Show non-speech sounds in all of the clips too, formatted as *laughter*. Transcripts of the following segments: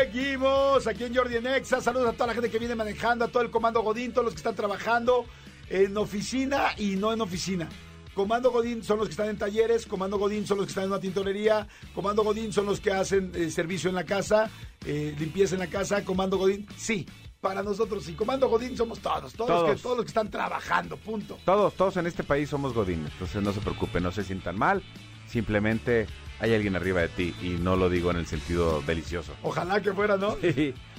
Seguimos aquí en Jordi en Exa. Saludos a toda la gente que viene manejando, a todo el comando Godín, todos los que están trabajando en oficina y no en oficina. Comando Godín son los que están en talleres, Comando Godín son los que están en una tintorería, Comando Godín son los que hacen eh, servicio en la casa, eh, limpieza en la casa, Comando Godín, sí, para nosotros sí, Comando Godín somos todos, todos, Los, Todos. que, todos los que están trabajando, punto. Todos, todos en este país somos godines, entonces no se preocupen, no se sientan mal. Simplemente hay alguien arriba de ti y no lo digo en el sentido delicioso. Ojalá que fuera, ¿no?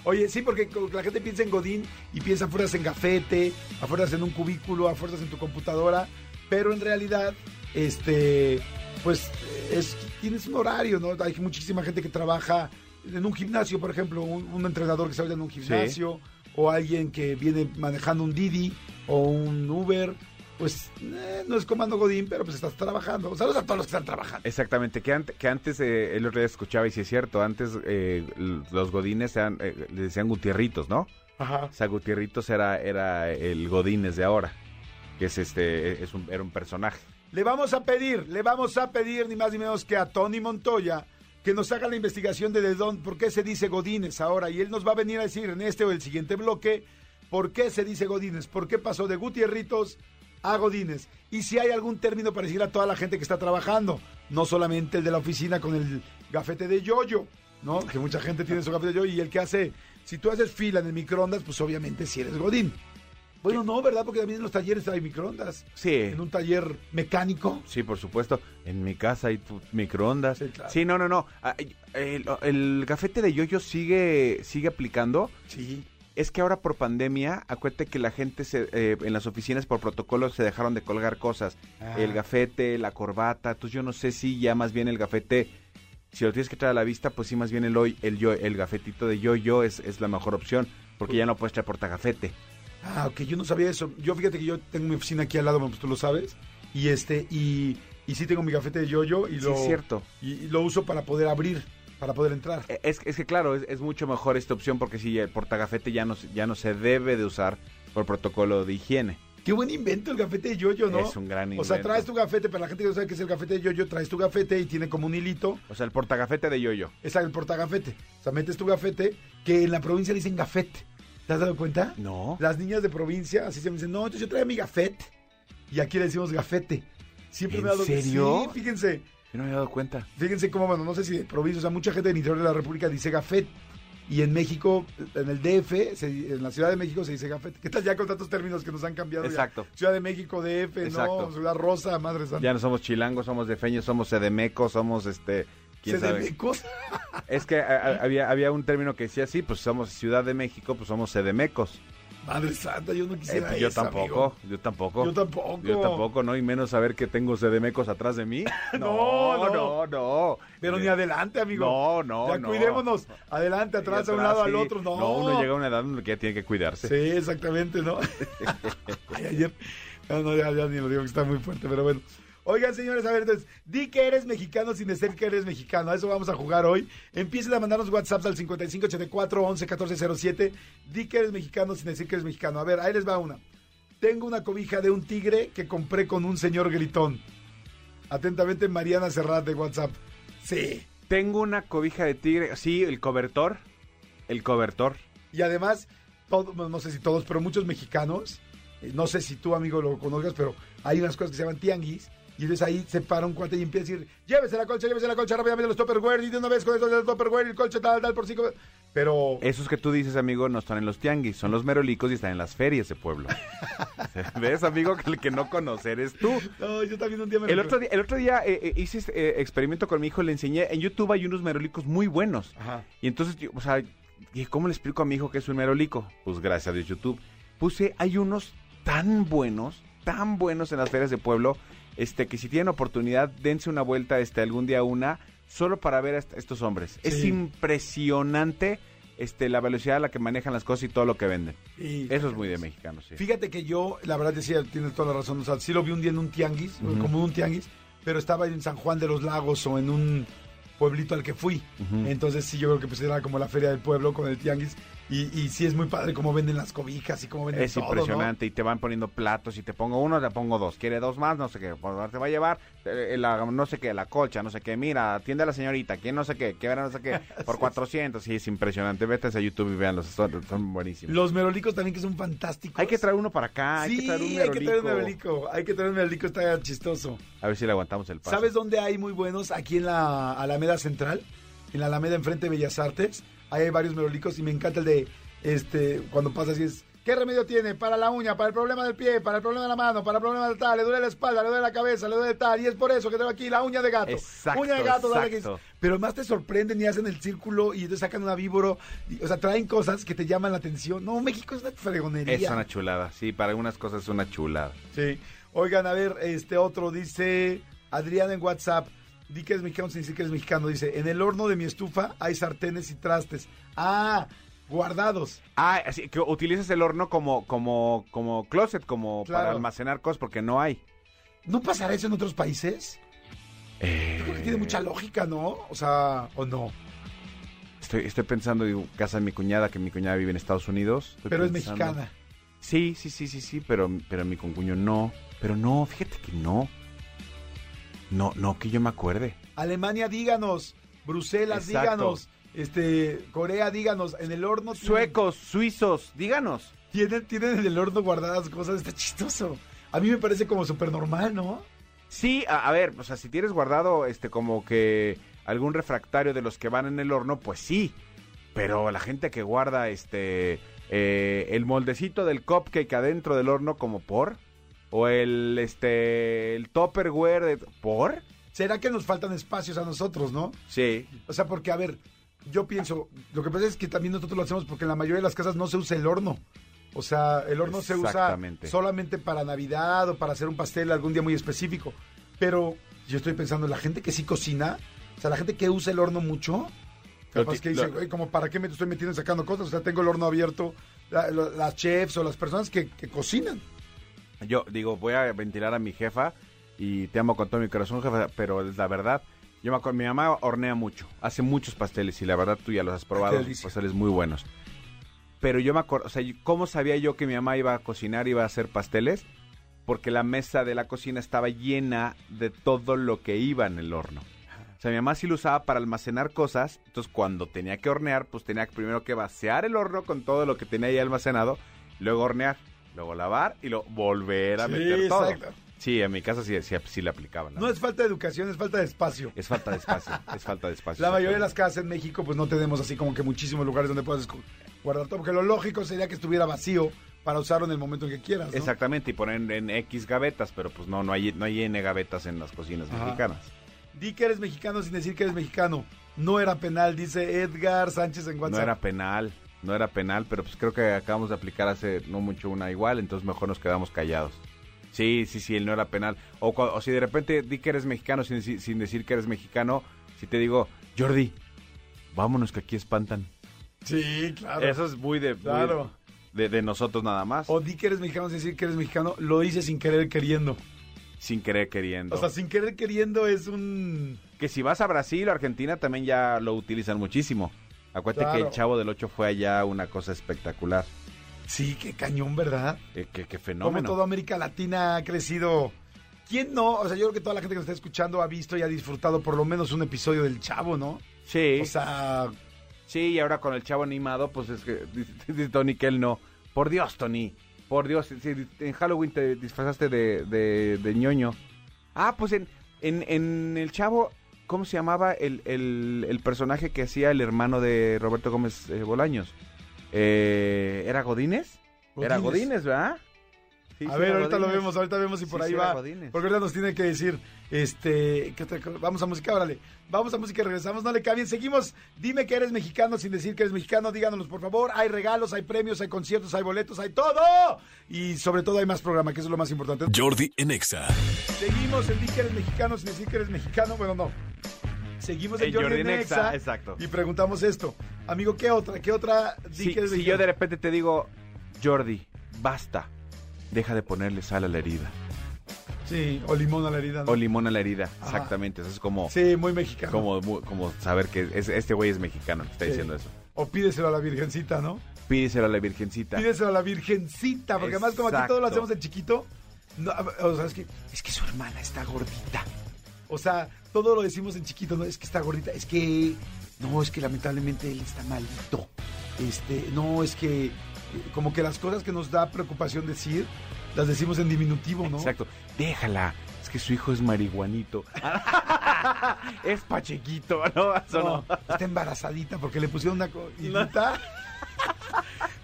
Oye, sí, porque co- la gente piensa en Godín y piensa a fuerzas en gafete, a fuerzas en un cubículo, a fuerzas en tu computadora, pero en realidad, este, pues es, tienes un horario, ¿no? Hay muchísima gente que trabaja en un gimnasio, por ejemplo, un, un entrenador que se vaya en un gimnasio, o alguien que viene manejando un Didi o un Uber, pues eh, no es comando Godín, pero pues estás trabajando. Saludos a todos los que están trabajando. Exactamente, que, ant- que antes eh, el otro día escuchaba y si es cierto, antes eh, l- los godines eran, eh, le decían gutierritos, ¿no? Ajá. O sea, gutierritos era, era el godines de ahora, que es este, es un, era un personaje. Le vamos a pedir, le vamos a pedir ni más ni menos que a Tony Montoya que nos haga la investigación de, de dónde, por qué se dice Godínez ahora. Y él nos va a venir a decir en este o el siguiente bloque por qué se dice Godínez, por qué pasó de Gutierritos a Godínez. Y si hay algún término para decir a toda la gente que está trabajando, no solamente el de la oficina con el gafete de yoyo. ¿No? Que mucha gente tiene su gafete de yoyo y el que hace, si tú haces fila en el microondas, pues obviamente si eres Godín. Bueno, no, ¿verdad? Porque también en los talleres hay microondas Sí, en un taller mecánico. sí, por supuesto. En mi casa hay tu- microondas. Sí, claro. no, no, no. Ah, El, el gafete de yoyo sigue, sigue aplicando. Sí. Es que ahora por pandemia, acuérdate que la gente se, eh, en las oficinas por protocolo se dejaron de colgar cosas. El gafete, la corbata. Entonces yo no sé si ya más bien el gafete, si lo tienes que traer a la vista, pues sí, más bien el, hoy- el, yo, el gafetito de yo-yo es, es la mejor opción. Pues Porque ya no puedes traer portagafete. Ah, ok, yo no sabía eso. Yo fíjate que yo tengo mi oficina aquí al lado, bueno, pues tú lo sabes. Y este, y, y sí tengo mi gafete de yoyo y Sí, lo, es cierto. Y, y lo uso para poder abrir, para poder entrar. Eh, Es, es que claro, es, es mucho mejor esta opción porque si el portagafete ya no, se- ya no se debe de usar por protocolo de higiene. Qué buen invento el gafete de yoyo, ¿no? Es un gran O sea, invento. traes tu gafete, para la gente que no sabe qué es el gafete de yoyo, traes tu gafete y tiene como un hilito. O sea, el portagafete de yoyo. Es el portagafete. O sea, metes tu gafete, que en la provincia le dicen gafete. ¿Te has dado cuenta? No. Las niñas de provincia así se me dicen, no, entonces yo traía mi gafete. Y aquí le decimos gafete. Siempre ¿En me ha dado serio? Sí, fíjense. Yo no me había dado cuenta. Fíjense cómo, bueno, no sé si de provincia, o sea, mucha gente del interior de la República dice gafete. Y en México, en el DF, se- en la Ciudad de México se dice gafete. ¿Qué tal ya con tantos términos que nos han cambiado? ya? Exacto. Ciudad de México, DF, no, Exacto. Ciudad Rosa, Madre Santa. Ya no somos chilangos, somos de feño, somos sedemecos, somos este... ¿Quién Se sabe? dedicó- Es que a- a- había, había un término que decía así, pues somos Ciudad de México, pues somos sedemecos. Madre Santa, yo no Eh, quisiera pues, yo eso, tampoco, amigo. yo tampoco. Yo tampoco. Yo tampoco, ¿no? Y menos saber que tengo sedemecos atrás de mí. *laughs* No, no. no, no. Pero ni Eh, adelante, amigo. No, no, Ya no. cuidémonos. Adelante, atrás, a un lado, al otro. No, uno llega a una edad en la que ya tiene que cuidarse. Sí, exactamente, ¿no? Ay, ayer. No, no, ya, ya ni lo digo que está muy fuerte, pero bueno. Oigan, señores, a ver, entonces, di que eres mexicano sin decir que eres mexicano. A eso vamos a jugar hoy. Empiecen a mandarnos WhatsApps al 5584-111407. Di que eres mexicano sin decir que eres mexicano. A ver, ahí les va una. Tengo una cobija de un tigre que compré con un señor gritón. Atentamente, Mariana Serrat de WhatsApp. Sí. Tengo una cobija de tigre, sí, el cobertor, el cobertor. Y además, todo- no sé si todos, pero muchos mexicanos, eh, no sé si tú, amigo, lo conozcas, pero hay unas cosas que se llaman tianguis. Y entonces ahí se para un cuate y empieza a decir, llévese la colcha, llévese la colcha, rápidamente los topperware, y de una vez con eso los topperware, y el colcha tal, tal, por cinco. Pero Esos que tú dices, amigo, no están en los tianguis, son los merolicos y están en las ferias de pueblo. ¿Ves, amigo, que el que no conocer es tú? no, yo también un día me El lo- otro día, el otro día eh, eh, hice este, eh, experimento con mi hijo, le enseñé, en YouTube hay unos merolicos muy buenos. Ajá. Y entonces, yo, o sea, dije, ¿cómo le explico a mi hijo que es un merolico? Pues gracias a Dios YouTube. Puse, hay unos tan buenos, tan buenos en las ferias de pueblo, este, que si tienen oportunidad, dense una vuelta, este, algún día una, solo para ver a est- estos hombres. Es Sí. impresionante este, la velocidad a la que manejan las cosas y todo lo que venden. Y- Eso es muy de mexicanos, sí. Fíjate que yo, la verdad decía, tienes toda la razón, o sea, sí lo vi un día en un tianguis, como en un tianguis, pero estaba en San Juan de los Lagos o en un pueblito al que fui. Entonces sí, yo creo que pues era como la feria del pueblo con el tianguis y, y sí es muy padre cómo venden las cobijas y cómo venden Es todo, ¿no? impresionante y te van poniendo platos y te pongo uno, te pongo dos, quiere dos más, no sé qué, por te va a llevar, eh, la- no sé qué, la colcha, no sé qué, mira, atiende a la señorita, quién no sé qué, qué verá no *laughs* sé qué, por 400, sí, es impresionante, vete a YouTube y véanlos, son, son buenísimos. Los merolicos también que son fantásticos. Hay que traer uno para acá, hay que sí, traer un hay que traer un merolico. merolico, hay que traer un merolico, está chistoso. A ver si le aguantamos el paso. ¿Sabes dónde hay muy buenos? Aquí en la Alameda Central, en la Alameda enfrente de Bellas Artes. Ahí hay varios merolicos y me encanta el de, este, cuando pasa así es, ¿qué remedio tiene? Para la uña, para el problema del pie, para el problema de la mano, para el problema del tal, le duele la espalda, le duele la cabeza, le duele tal. Y es por eso que tengo aquí la uña de gato. Exacto, uña de gato, dale exacto. aquí. Pero más te sorprenden y hacen el círculo y entonces sacan una víboro. y, o sea, traen cosas que te llaman la atención. No, México es una fregonería. Es una chulada, sí, para algunas cosas es una chulada. Sí. Oigan, a ver, este otro dice Adrián en WhatsApp. Di que es mexicano sin decir que es mexicano. Dice, en el horno de mi estufa hay sartenes y trastes. Ah, guardados. Ah, así que utilizas el horno como, como, como closet, como para Claro. almacenar cosas porque no hay. ¿No pasará eso en otros países? Yo creo que Eh, tiene mucha lógica, ¿no? O sea, o no. Estoy, estoy pensando, digo, casa de mi cuñada, que mi cuñada vive en Estados Unidos. Estoy Pero es pensando- mexicana. Sí, sí, sí, sí, sí, pero, pero mi concuño no. Pero no, fíjate que no. No, no, que yo me acuerde. Alemania, díganos. Bruselas, Exacto. díganos. Este, Corea, díganos. En el horno. tienen- Suecos, suizos, díganos. Tienen, tienen en el horno guardadas cosas. Está chistoso. A mí me parece como súper normal, ¿no? Sí, a, a ver, o sea, si tienes guardado este como que algún refractario de los que van en el horno, pues sí. Pero la gente que guarda este eh, el moldecito del cupcake adentro del horno como por o el este el topperware de- por ¿Será que nos faltan espacios a nosotros, no? sí O sea, porque, a ver, yo pienso, lo que pasa es que también nosotros lo hacemos porque en la mayoría de las casas no se usa el horno. O sea, el horno se usa Exactamente. solamente para Navidad o para hacer un pastel algún día muy específico. Pero yo estoy pensando, la gente que sí cocina, o sea, la gente que usa el horno mucho, Lo capaz ti- que dice, lo- "Güey, como para qué me estoy metiendo y sacando cosas, o sea, tengo el horno abierto, La- lo- las chefs o las personas que, que cocinan. Yo digo, voy a ventilar a mi jefa y te amo con todo mi corazón, jefa, pero es la verdad, yo me acuerdo, mi mamá hornea mucho, hace muchos pasteles y la verdad tú ya los has probado, los Ah, delicia. pasteles muy buenos. Pero yo me acuerdo, o sea, yo- ¿cómo sabía yo que mi mamá iba a cocinar, iba a hacer pasteles? Porque la mesa de la cocina estaba llena de todo lo que iba en el horno. O sea, mi mamá sí lo usaba para almacenar cosas, entonces cuando tenía que hornear, pues tenía primero que vaciar el horno con todo lo que tenía ahí almacenado, luego hornear, luego lavar y luego volver a Sí, meter todo. exacto. Sí, en mi casa sí, sí, sí le aplicaban. la No verdad. es falta de educación, es falta de espacio. Es falta de espacio, es falta de *laughs* espacio. La mayoría de las exactamente. casas en México, pues no tenemos así como que muchísimos lugares donde puedas escu- guardar todo, porque lo lógico sería que estuviera vacío para usarlo en el momento en que quieras. ¿no? Exactamente, y ponen en X gavetas, pero pues no, no hay, no hay N gavetas en las cocinas Ajá. mexicanas. Di que eres mexicano sin decir que eres mexicano. No era penal, dice Edgar Sánchez en WhatsApp. No era penal, no era penal, pero pues creo que acabamos de aplicar hace no mucho una igual, entonces mejor nos quedamos callados. Sí, sí, sí, él no era penal. O, cua- o si de repente di que eres mexicano sin, deci- sin decir que eres mexicano, si te digo, Jordi, vámonos que aquí espantan. Sí, claro. Eso es muy de, muy Claro. de, de nosotros nada más, O di que eres mexicano sin decir que eres mexicano, lo hice sin querer queriendo. sin querer queriendo. O sea, sin querer queriendo es un... que si vas a Brasil o Argentina también ya lo utilizan muchísimo. Acuérdate que Claro. el Chavo del Ocho fue allá una cosa espectacular. Sí, qué cañón, ¿verdad? Eh, qué, qué Como fenómeno. toda América Latina ha crecido. ¿Quién no? O sea, yo creo que toda la gente que nos está escuchando ha visto y ha disfrutado por lo menos un episodio del Chavo, ¿no? Sí. O sea, Sí, y ahora con el chavo animado, pues es que *laughs* dice Tony que él no. Por Dios, Tony. Por Dios, si en Halloween te disfrazaste de, de- de ñoño. Ah, pues en, en, en el chavo, ¿cómo se llamaba el, el- el personaje que hacía el hermano de Roberto Gómez eh, Bolaños? Eh, ¿Era Godínez? Era Godínez, ¿verdad? Sí, a sí, ver, era ahorita lo Godínez. Eh, vemos, ahorita vemos si Sí, por sí, ahí era va. Godínez. Porque ahorita nos tiene que decir, este, ¿qué otra cosa? vamos a música, órale. Vamos a música y regresamos, no le cambien. Seguimos, dime que eres mexicano sin decir que eres mexicano, díganos por favor. Hay regalos, hay premios, hay conciertos, hay boletos, hay todo. Y sobre todo hay más programa, que eso es lo más importante. Jordi en Exa. Seguimos en Di que eres mexicano sin decir que eres mexicano, bueno, no. Seguimos en, Jordi, en Exa, exacto. y preguntamos esto. Amigo, ¿qué otra? ¿Qué otra? di Si, que es si yo de repente te digo, Jordi, basta, deja de ponerle sal a la herida. Sí, o limón a la herida. ¿no? O limón a la herida, Ajá. exactamente. Eso es como, Sí, muy mexicano. como, mu- como saber que es- este güey es mexicano, está Sí. diciendo eso. O pídeselo a la virgencita, ¿no? Pídeselo a la virgencita. Pídeselo a la virgencita, porque además como aquí Exacto. todos lo hacemos de chiquito, no, o sea, es que, es que su hermana está gordita. O sea, todo lo decimos en chiquito, no es que está gordita, es que no, es que lamentablemente él está malito. Este, no, es que eh, como que las cosas que nos da preocupación decir, las decimos en diminutivo, ¿no? Exacto. Déjala. Es que su hijo *laughs* es marihuanito. es pachequito, ¿no? Eso No, no. está embarazadita porque le pusieron una coquita *laughs*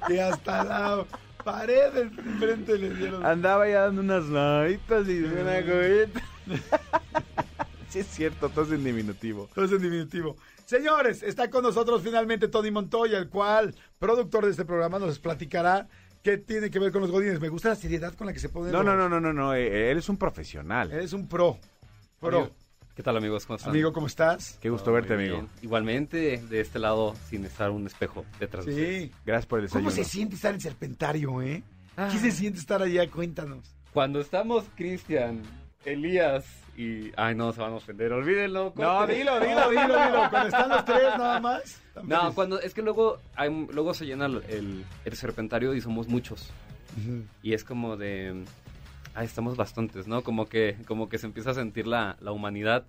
que hasta la pared de enfrente le dieron. Andaba ya dando unas naditas y una Mm. cubeta. *laughs* sí, es cierto, todo es en diminutivo. Todo es en diminutivo. Señores, está con nosotros finalmente Tony Montoya, el cual, productor de este programa, nos platicará qué tiene que ver con los godines. Me gusta la seriedad con la que se pone. No, no, no, no, no, no. eh, Él es un profesional. Eres un pro. Pro. Amigo, ¿Qué tal amigos? ¿Cómo están? Amigo, ¿cómo estás? Qué gusto Todo verte, muy amigo. bien. Igualmente, de este lado, sin estar un espejo detrás de ustedes. Sí. Gracias por el desayuno. ¿Cómo se siente estar en Serpentario, eh? Ah. ¿Qué se siente estar allá? Cuéntanos. Cuando estamos Cristian, Elías y... Ay, no, se van a ofender, olvídenlo. No, corten. dilo, Dilo, dilo, dilo. Cuando están los tres nada más. tan No, feliz. cuando, es que luego, hay- luego se llena el- el, el serpentario y somos muchos. Ujú. Y es como de... Ay, estamos bastantes, ¿no? Como que, como que se empieza a sentir la, la humanidad.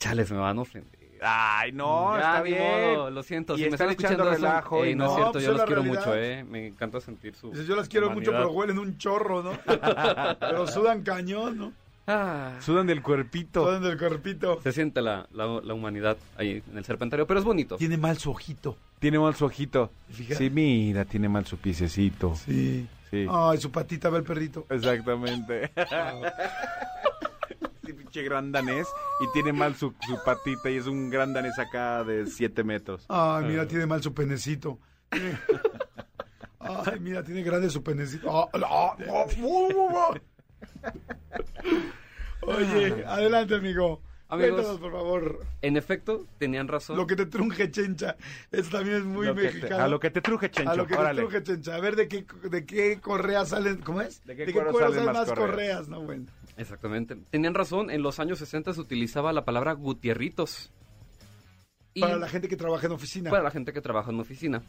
Chales, me van a ofender. Ay, no, Ya, está ni bien. modo, lo siento, Y si me están están echando escuchando eso, relajo y ey, no, no, es cierto, pues, yo es los la quiero mucho, realidad. eh. Me encanta sentir su Dices, Yo las quiero mucho, humanidad. pero huelen un chorro, ¿no? pero sudan cañón, ¿no? Ah, Sudan del cuerpito. Sudan del cuerpito. se siente la, la- la humanidad ahí en el serpentario, pero es bonito. Tiene mal su ojito. Tiene mal su ojito. Fíjate. Sí, mira, tiene mal su piececito. Sí. Oh. Sí. Ay, su patita, ve el perrito. Exactamente. *laughs* Sí, pinche gran danés. Y tiene mal su, su patita y es un gran danés acá de 7 metros. Ay, Ah. mira, tiene mal su penecito. *laughs* Ay, mira, tiene grande su penecito. Ah, *laughs* ah, ah, uh, uh, uh. Oye, Ah. adelante, amigo. Amigos. Cuéntanos, por favor. En efecto, tenían razón. Lo que te trunje, chencha. Eso también es muy Lo que te- mexicano. a lo que te truje, Chencho. A lo que Órale. te truje, chencha. A ver de qué, de qué correa salen. ¿Cómo es? ¿De qué cuero salen más correas? No, bueno. Exactamente. Tenían razón, en los años 60 se utilizaba la palabra gutierritos. Y Para la gente que trabaja en oficina. para la gente que trabaja en oficina.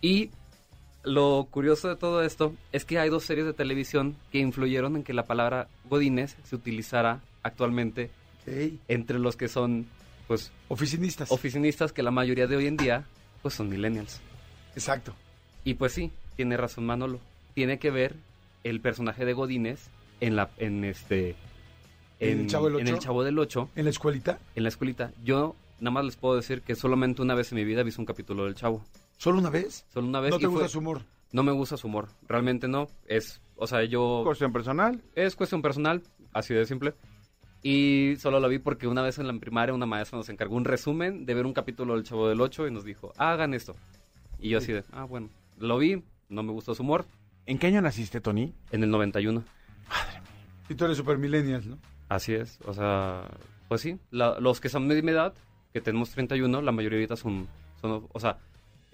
Y lo curioso de todo esto es que hay dos series de televisión que influyeron en que la palabra godines se utilizara actualmente Ok. entre los que son pues Oficinistas. oficinistas que la mayoría de hoy en día pues son millennials. Exacto. Y pues sí, tiene razón Manolo. Tiene que ver el personaje de Godínez en la en este ¿En El Chavo del en Ocho? el Chavo del Ocho, ¿En la escuelita? en la escuelita. Yo nada más les puedo decir que solamente una vez en mi vida vi un capítulo del Chavo. ¿Solo una vez? Solo una vez no y te gusta Pues fue- su humor. no me gusta su humor. Realmente no, es o sea, yo Cuestión personal. es cuestión personal, así de simple. Y solo lo vi porque una vez en la primaria una maestra nos encargó un resumen de ver un capítulo del Chavo del Ocho y nos dijo, hagan esto. Y yo así de, ah, bueno, lo vi, no me gustó su humor, ¿En qué año naciste, Tony? en el 91. Y tú eres super millennial, ¿no? Así es, o sea, pues sí, la- los que son de mi edad, que tenemos 31, la mayoría ahorita son, son o sea,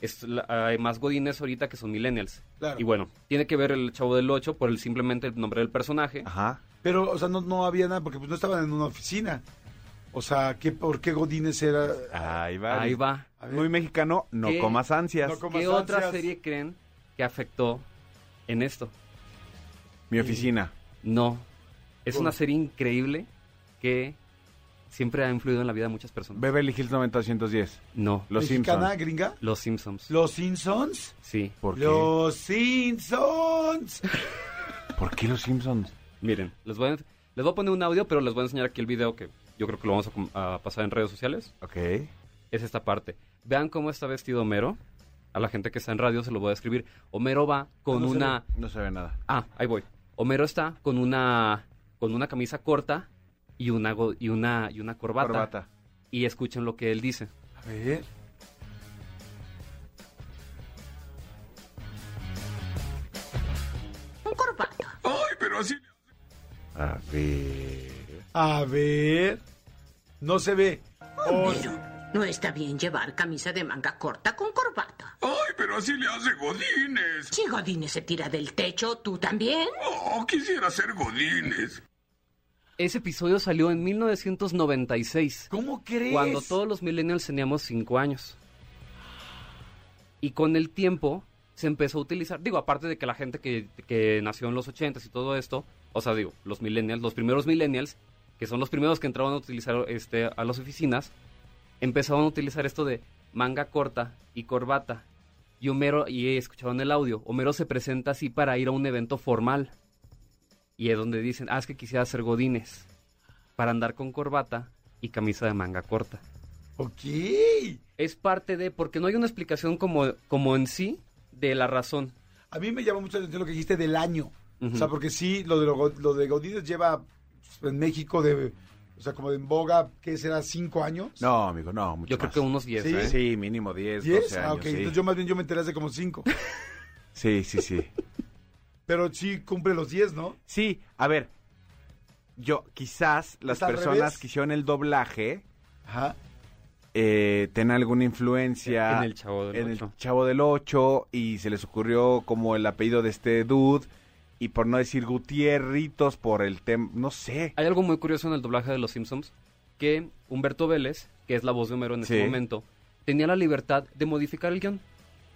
es la- hay más godines ahorita que son millennials. Claro. Y bueno, tiene que ver el Chavo del Ocho por el simplemente el nombre del personaje. Ajá. Pero, o sea, no, no había nada porque pues, no estaban en una oficina. O sea, ¿qué, ¿por qué Godínez era...? Ahí va. Ahí va. A ver, Muy mexicano, no ¿Qué? comas ansias. No com- Como ¿Qué ansias. otra serie creen que afectó en esto? Mi oficina. No. Es ¿Cómo? una serie increíble que siempre ha influido en la vida de muchas personas. Beverly Hills 90210. No. Los ¿Mexicana, Simpsons. gringa? Los Simpsons. ¿Los Simpsons? Sí. ¿Por qué? ¡Los Simpsons! ¿Por qué los Simpsons? Miren, les voy, a, les voy a poner un audio, pero les voy a enseñar aquí el video que yo creo que lo vamos a com- a, pasar en redes sociales. Ok. Es esta parte. Vean cómo está vestido Homero. A la gente que está en radio se lo voy a describir. Homero va con No se una... No se ve nada. Ah, ahí voy. Homero está con una con una camisa corta y una go- y una y una corbata, Corbata. y escuchen lo que él dice. A ver... A ver. A ver... No se ve. Bueno, no está bien llevar camisa de manga corta con corbata. Ay, pero así le hace Godines. Si Godine se tira del techo, ¿tú también? Oh, quisiera ser Godines. Ese episodio salió en 1996, ¿Cómo crees? cuando todos los millennials teníamos 5 años. Y con el tiempo se empezó a utilizar, digo, aparte de que la gente que, que nació en los 80s y todo esto, o sea, digo, los millennials, los primeros millennials, que son los primeros que entraban a utilizar este, a las oficinas, empezaban a utilizar esto de manga corta y corbata. Y Homero, y escucharon el audio, Homero se presenta así para ir a un evento formal. Y es donde dicen, ah, es que quisiera ser Godines. Para andar con corbata y camisa de manga corta. Ok. Es parte de, porque no hay una explicación como, como en sí de la razón. A mí me llama mucho la atención lo que dijiste del año. O sea, Ujú. porque sí, lo de, lo, lo de Godínez lleva pues, en México de. O sea, como de en boga, ¿qué será? ¿Cinco años? No, amigo, no, mucho Yo creo más. que unos 10. Sí, ¿eh? Sí, mínimo 10, ¿Diez? 12 Ah, ok. años, sí. Entonces yo más bien yo me enteré hace como *laughs* cinco. sí, sí, sí. Pero sí cumple los diez, ¿no? Sí, a ver, yo, quizás las ¿Es al revés? personas que hicieron el doblaje Ajá. eh, tengan alguna influencia En el chavo del en el Ocho. Chavo del 8 y se les ocurrió como el apellido de este dude y por no decir Gutierritos por el tema, no sé. *laughs* Hay algo muy curioso en el doblaje de Los Simpsons, que Humberto Vélez, que es la voz de Homero en Sí. este momento, tenía la libertad de modificar el guión.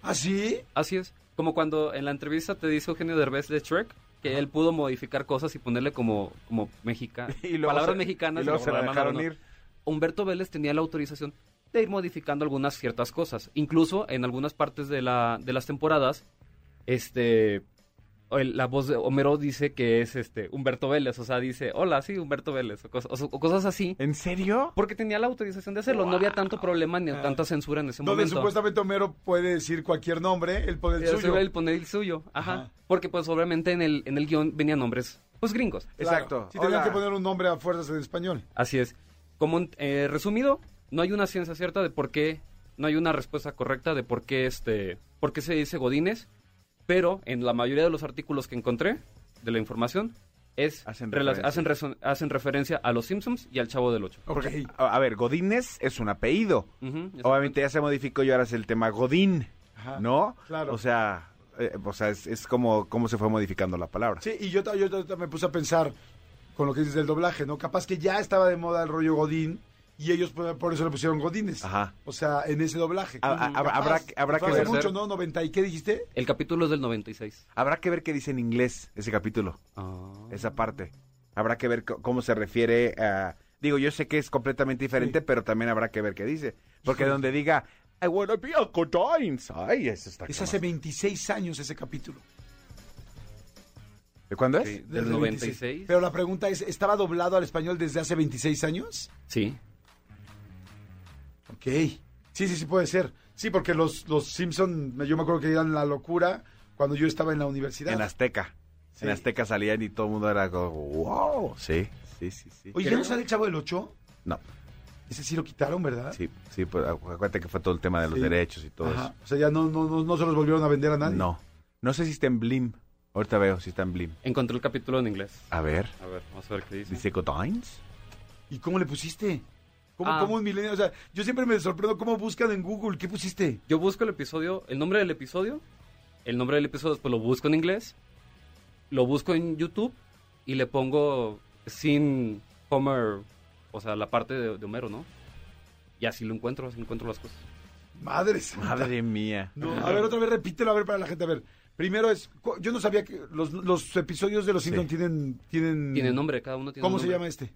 ¿Ah, sí? Así es. Como cuando en la entrevista te dice Eugenio Derbez de Shrek, que él pudo modificar cosas y ponerle como, como mexica- *laughs* Y luego palabras se- mexicanas. y luego lo se la programaron, dejaron ¿no? ir. Humberto Vélez tenía la autorización de ir modificando algunas ciertas cosas. Incluso en algunas partes de, la, de las temporadas, este, el- la voz de Homero dice que es este Humberto Vélez. O sea, dice, hola, sí, Humberto Vélez. O, cos- o so- o cosas así. ¿En serio? Porque tenía la autorización de hacerlo. No había tanto problema ni tanta censura en ese Donde momento. Ah. Eh, supuestamente Homero puede decir cualquier nombre, él pone el Era suyo. sobre el poner el suyo. Ajá. Ajá. Porque pues obviamente en el, en el guión venían nombres, pues gringos. Claro. Exacto. Sí, tenían Hola. que poner un nombre a fuerzas en español. Así es. Como un- eh, resumido, no hay una ciencia cierta de por qué, no hay una respuesta correcta de por qué este, por qué se dice Godines, pero en la mayoría de los artículos que encontré de la información es Hacen rela- referencia. hacen, reso- hacen referencia a los Simpsons y al Chavo del Ocho. Ok. Oh, A a ver, Godínez es un apellido. Ujú, exactamente. Obviamente ya se modificó y ahora es el tema Godín, Ajá, ¿no? claro. O sea, eh, o sea es, es como cómo se fue modificando la palabra. Sí, y yo, ta- yo ta- ta- me puse a pensar con lo que dices del doblaje, ¿no? Capaz que ya estaba de moda el rollo Godín y ellos por, por eso le pusieron Godines. Ajá. O sea, en ese doblaje. A- a- habrá- habrá que- habrá Fue que hace ver. mucho, ¿no? 90 y qué dijiste? El capítulo es del 96. Habrá que ver qué dice en inglés ese capítulo, Ah. esa parte. Habrá que ver co- cómo se refiere a... Digo, yo sé que es completamente diferente, pero también habrá que ver qué dice. Porque donde diga, I wanna be a Godines. Ay, eso está... Es como- hace 26 años ese capítulo. ¿De cuándo es? Sí, del Desde 96. Pero la pregunta es, ¿estaba doblado al español desde hace 26 años? Sí. Ok. Sí, sí, sí puede ser. Sí, porque los, los Simpson, yo me acuerdo que eran la locura cuando yo estaba en la universidad. En Azteca. Sí. En Azteca salían y todo el mundo era como, wow. Sí, sí, sí, sí. Oye, ¿ya no sale el Chavo del 8? No, Ese sí lo quitaron, ¿verdad? sí, sí, pues, acu- acuérdate que fue todo el tema de los Sí. derechos y todo Ajá. eso. O sea, ya no, no, no, no se los volvieron a vender a nadie. No. No sé si está en Blim. Ahorita veo si está en Blim. Encontré el capítulo en inglés. A ver. A ver, vamos a ver qué dice. ¿Dice Godines? ¿Y cómo le pusiste? ¿Cómo, Ah. cómo un milenio? O sea, yo siempre me sorprendo cómo buscan en Google. ¿Qué pusiste? Yo busco el episodio, el nombre del episodio, el nombre del episodio después lo busco en inglés, lo busco en YouTube y le pongo sin Homer, o sea, la parte de, de Homero, ¿no? Y así lo encuentro, así encuentro las cosas. Madre *laughs* santa. Madre mía. No, a ver, otra vez repítelo, a ver, para la gente. A ver, primero es, cu- yo no sabía que los, los episodios de Los Simpsons tienen, tienen... Tiene nombre, cada uno tiene Mm. ¿Cómo un se nombre. llama este?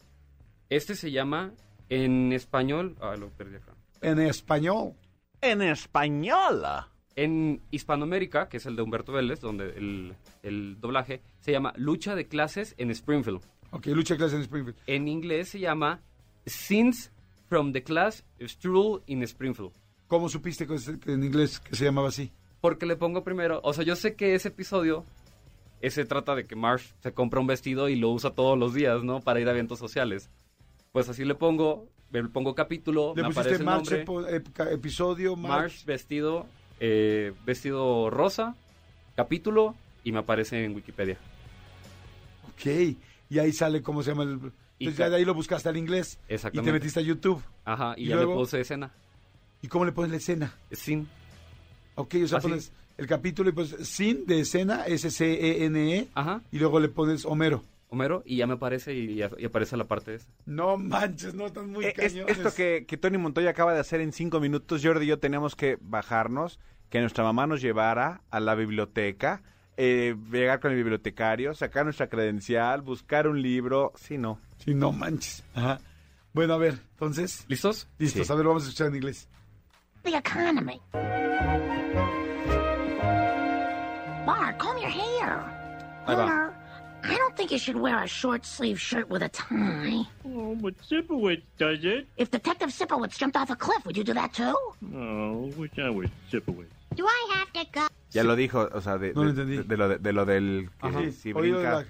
Este se llama en español, ah, lo perdí acá. En español. En española. En Hispanoamérica, que es el de Humberto Vélez, donde el, el doblaje, se llama Lucha de Clases en Springfield. Ok, lucha de clases en Springfield. En inglés se llama Scenes from the Class Strudel in Springfield. ¿Cómo supiste que se- que en inglés que se llamaba así? Porque le pongo primero, o sea, yo sé que ese episodio eh, se trata de que Marsh se compra un vestido y lo usa todos los días, ¿no? Para ir a eventos sociales. Pues así le pongo, le pongo capítulo, Le me pusiste aparece el March, nombre, epo- ep- episodio, Marsh March. vestido, eh, vestido rosa, capítulo y me aparece en Wikipedia. Ok, y ahí sale cómo se llama el... Y Entonces ya de ahí lo buscaste al inglés. Y te Exactamente. metiste a YouTube. Ajá, y, y ya luego- le puse escena. ¿Y cómo le pones la escena? Sin. Ok, Ah, o sea, Así. pones el capítulo y pones sin de escena, S-C-E-N-E, Ajá, E, y luego le pones Homero. Homero, y ya me aparece y, ya- y aparece la parte esa. No manches, no, están muy Eh, es- cañones. esto que, que Tony Montoya acaba de hacer en cinco minutos, Jordi y yo teníamos que bajarnos, que nuestra mamá nos llevara a la biblioteca, eh, llegar con el bibliotecario, sacar nuestra credencial, buscar un libro. Sí, no. Sí, no manches. Ajá. Bueno, a ver, entonces, ¿Listos? listos. Sí. A ver, vamos a escuchar en inglés. the economy. Mark, comb your hair. Ahí va. Homer, I don't think you should wear a short sleeve shirt with a tie. Oh, but Sipowicz does it. If Detective Sipowicz jumped off a cliff, would you do that too? Oh, wish I was Sipowicz. Do I have to go? Ya lo dijo, o sea, de, No lo de- entendí. de- de lo, de, de lo del que Ajá. si Oído de brinca. la-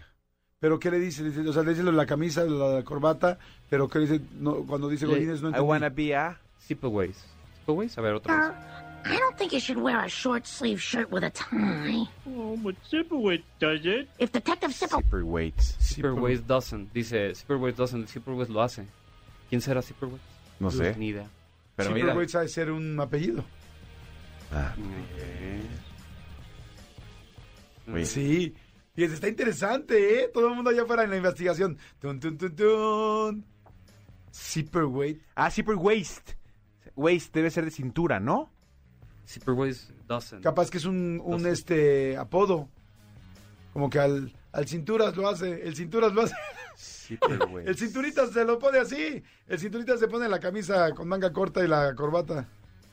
Pero ¿qué le dice? Le dice- O sea, le dice lo de la camisa, lo de la corbata, pero ¿qué le dice no, cuando dice Le- Godínez? No I entendí. wanna be a... Sipaways. Sipaways, a ver otra Ah. vez. I don't think you should wear a short sleeve shirt with a tie. Oh, but Sipowicz does it. If Detective Sipowicz Superweights. Sipaways doesn't. Dice Sipaways doesn't. Sipaways lo hace. ¿Quién será Sipaways? No sé. Ni idea. Pero Sí, mira, pero puede ser un apellido. Ah, Oye. Sí. Y está interesante, ¿eh? Todo el mundo allá afuera en la investigación. Tun, tun, tun, tun. Zipperweight. Ah, super waist. Waist debe ser de cintura, ¿no? Sipaways doesn't. Capaz que es un, un, No sé. este apodo. Como que al, al cinturas lo hace, el cinturas lo hace. *laughs* Super El cinturita se lo pone así. El cinturita se pone la camisa con manga corta y la corbata.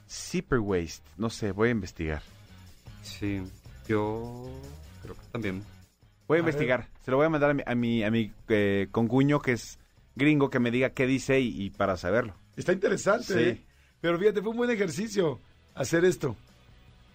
Super waist. No sé, voy a investigar. Sí. Yo creo que también. Voy a, A ver. investigar. Se lo voy a mandar a mi, a mi, a mi, eh, concuño, que es gringo, que me diga qué dice y, y para saberlo. Está interesante, Sí. ¿eh? Pero fíjate, fue un buen ejercicio hacer esto.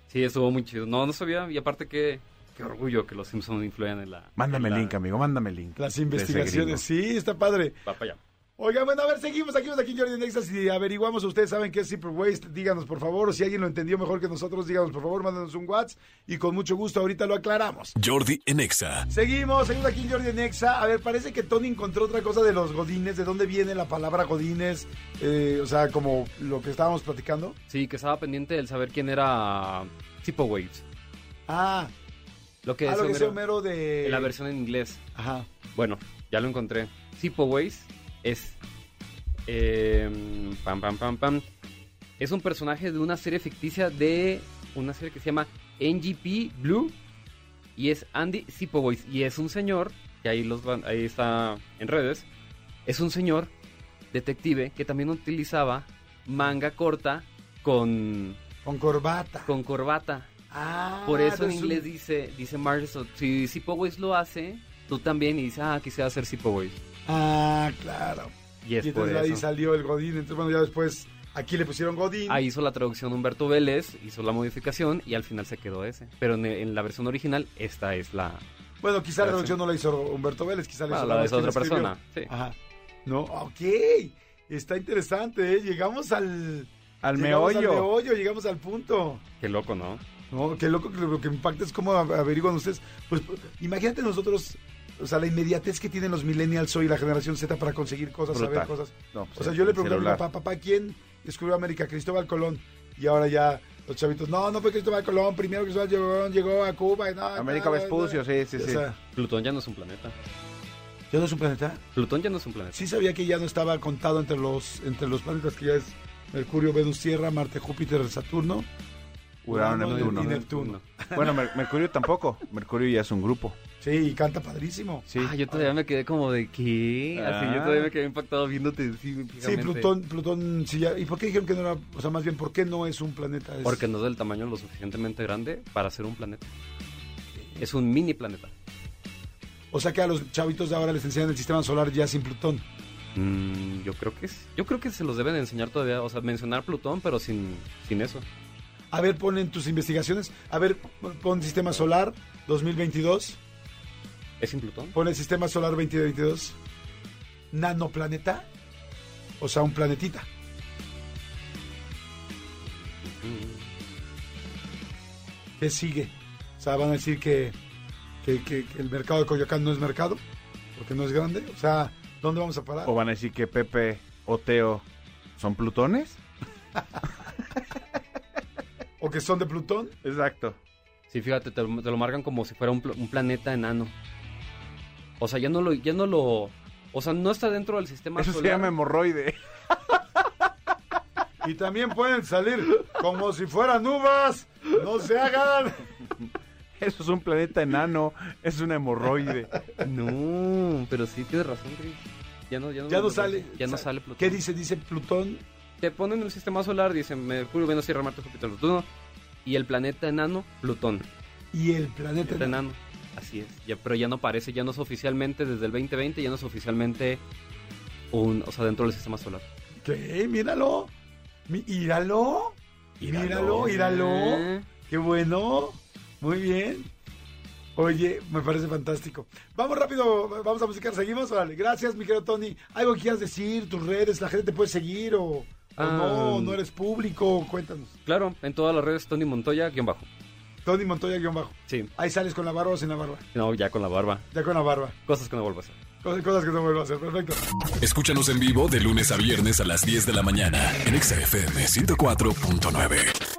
Sí, estuvo muy chido. No, no sabía. Y aparte que... Qué orgullo que los Simpsons influyan en la... Mándame en el la- link, amigo, mándame el link. Las de ese investigaciones. Sí, está padre. Va para allá. Oigan, bueno, a ver, seguimos, seguimos aquí en Jordi Nexas y averiguamos, ustedes saben qué es Zipper Waste, díganos por favor, o si alguien lo entendió mejor que nosotros, díganos por favor, mándanos un WhatsApp y con mucho gusto ahorita lo aclaramos. Jordi en Exa. Seguimos, seguimos aquí en Jordi Nexa. A ver, parece que Tony encontró otra cosa de los godines, de dónde viene la palabra godines, eh, o sea, como lo que estábamos platicando. Sí, que estaba pendiente del saber quién era Sipaways. Ah, Lo que ah, es lo que sea Homero. Homero eh, de... En la versión en inglés. Ajá. Bueno, ya lo encontré. Sipoways es. em, pam, pam, pam, pam. Es un personaje de una serie ficticia de. Una serie que se llama NGP Blue. Y es Andy Sipoways. Y es un señor. Que ahí, los van- ahí está en redes. Es un señor detective que también utilizaba manga corta con, Con corbata. con corbata. Ah, Por eso en entonces inglés un- dice, dice Marshall, si Sipoways lo hace, tú también, y dice, ah, quisiera hacer Sipoways. Ah, claro. Y es y por entonces ahí eso. salió el godín, entonces bueno, ya después aquí le pusieron godín. Ahí hizo la traducción Humberto Vélez, hizo la modificación y al final se quedó ese. Pero en, en la versión original, esta es la... Bueno, quizá la Pero sí. traducción no la hizo Humberto Vélez, quizá la hizo nada Bueno, la de más esa otra quien escribió. persona. Sí. Ajá. No, ok. Está interesante, ¿eh? Llegamos al... Al llegamos meollo. Al meollo, llegamos al punto. Qué loco, ¿no? No, qué loco que lo que me impacta es cómo a- averiguan ustedes. Pues pues, imagínate nosotros, o sea, la inmediatez que tienen los millennials hoy, la generación Z, para conseguir cosas, saber Brutal. cosas. No, pues, O sea, el- yo le el pregunté a mi celular. papá, papá, ¿quién descubrió América? Cristóbal Colón. Y ahora ya los chavitos, no, no fue Cristóbal Colón, primero Cristóbal Colón llegó a Cuba. y no, América no, no, Vespucio, sí, sí, Ah, O sí. sea, Plutón ya no es un planeta. ¿ya no es un planeta? Plutón ya no es un planeta. Sí sabía que ya no estaba contado entre los, entre los planetas que ya es Mercurio, Venus, Tierra, Marte, Júpiter, Saturno. Urano, Urano, Neptuno. y Neptuno. Bueno, Mer- Mercurio tampoco. Mercurio ya es un grupo. Sí, y canta padrísimo. Sí. Ah, yo todavía me quedé como de qué. Así Ah. yo todavía me quedé impactado viéndote. Sí, Sí, fijamente. Plutón, Plutón, sí, ya. ¿Y por qué dijeron que no era, o sea, más bien, por qué no es un planeta? Es- Porque no es del tamaño lo suficientemente grande para ser un planeta. Es un mini planeta. O sea, que a los chavitos de ahora les enseñan el sistema solar ya sin Plutón. Mm, yo creo que es. Yo creo que se los deben de enseñar todavía. O sea, mencionar Plutón, pero sin, sin eso. A ver, pon en tus investigaciones, a ver, pon sistema solar 2022, ¿Es sin Plutón? pon el sistema solar 2022, nanoplaneta, o sea, un planetita. ¿Qué sigue? O sea, van a decir que, que- que- que el mercado de Coyoacán no es mercado, porque no es grande. O sea, ¿Dónde vamos a parar? ¿O van a decir que Pepe o Teo son plutones? ¿O que son de Plutón? Exacto. Sí, fíjate, te lo, te lo marcan como si fuera un, pl- un planeta enano. O sea, ya no lo, ya no lo. O sea, no está dentro del sistema Eso se solar. llama hemorroide. *laughs* Y también pueden salir como si fueran uvas. No se hagan. Eso es un planeta enano. Es una hemorroide. No, pero sí tienes razón, Chris. Ya no, ya no, Ya no sale. Ya no Sa- sale Plutón. ¿Qué dice? Dice Plutón. Te ponen el sistema solar, dicen Mercurio, Venus, Tierra, Marte, Júpiter, Neptuno. Y el planeta enano, *laughs* Plutón. Y el planeta. Planeta enano. Así es. Ya, pero ya no parece, ya no es oficialmente, desde el 2020, ya no es oficialmente un. O sea, dentro del sistema solar. ¿Qué? Míralo. Mi- Míralo. Míralo, míralo. Eh, Qué bueno. Muy bien. Oye, me parece fantástico. Vamos rápido, vamos a musicar, seguimos. Órale, gracias, mi querido Tony. ¿Algo que quieras decir? ¿Tus redes? ¿La gente te puede seguir o, o no? Ah. ¿No eres público? Cuéntanos. Claro, en todas las redes, Tony Montoya, guión bajo. Tony Montoya, guión bajo. Sí, Ahí sales con la barba o sin la barba. no, ya con la barba. Ya con la barba. Cosas que no vuelvo a hacer. Cosas, cosas que no vuelvo a hacer. Perfecto. Escúchanos en vivo de lunes a viernes a las 10 de la mañana en Exa FM 104.9.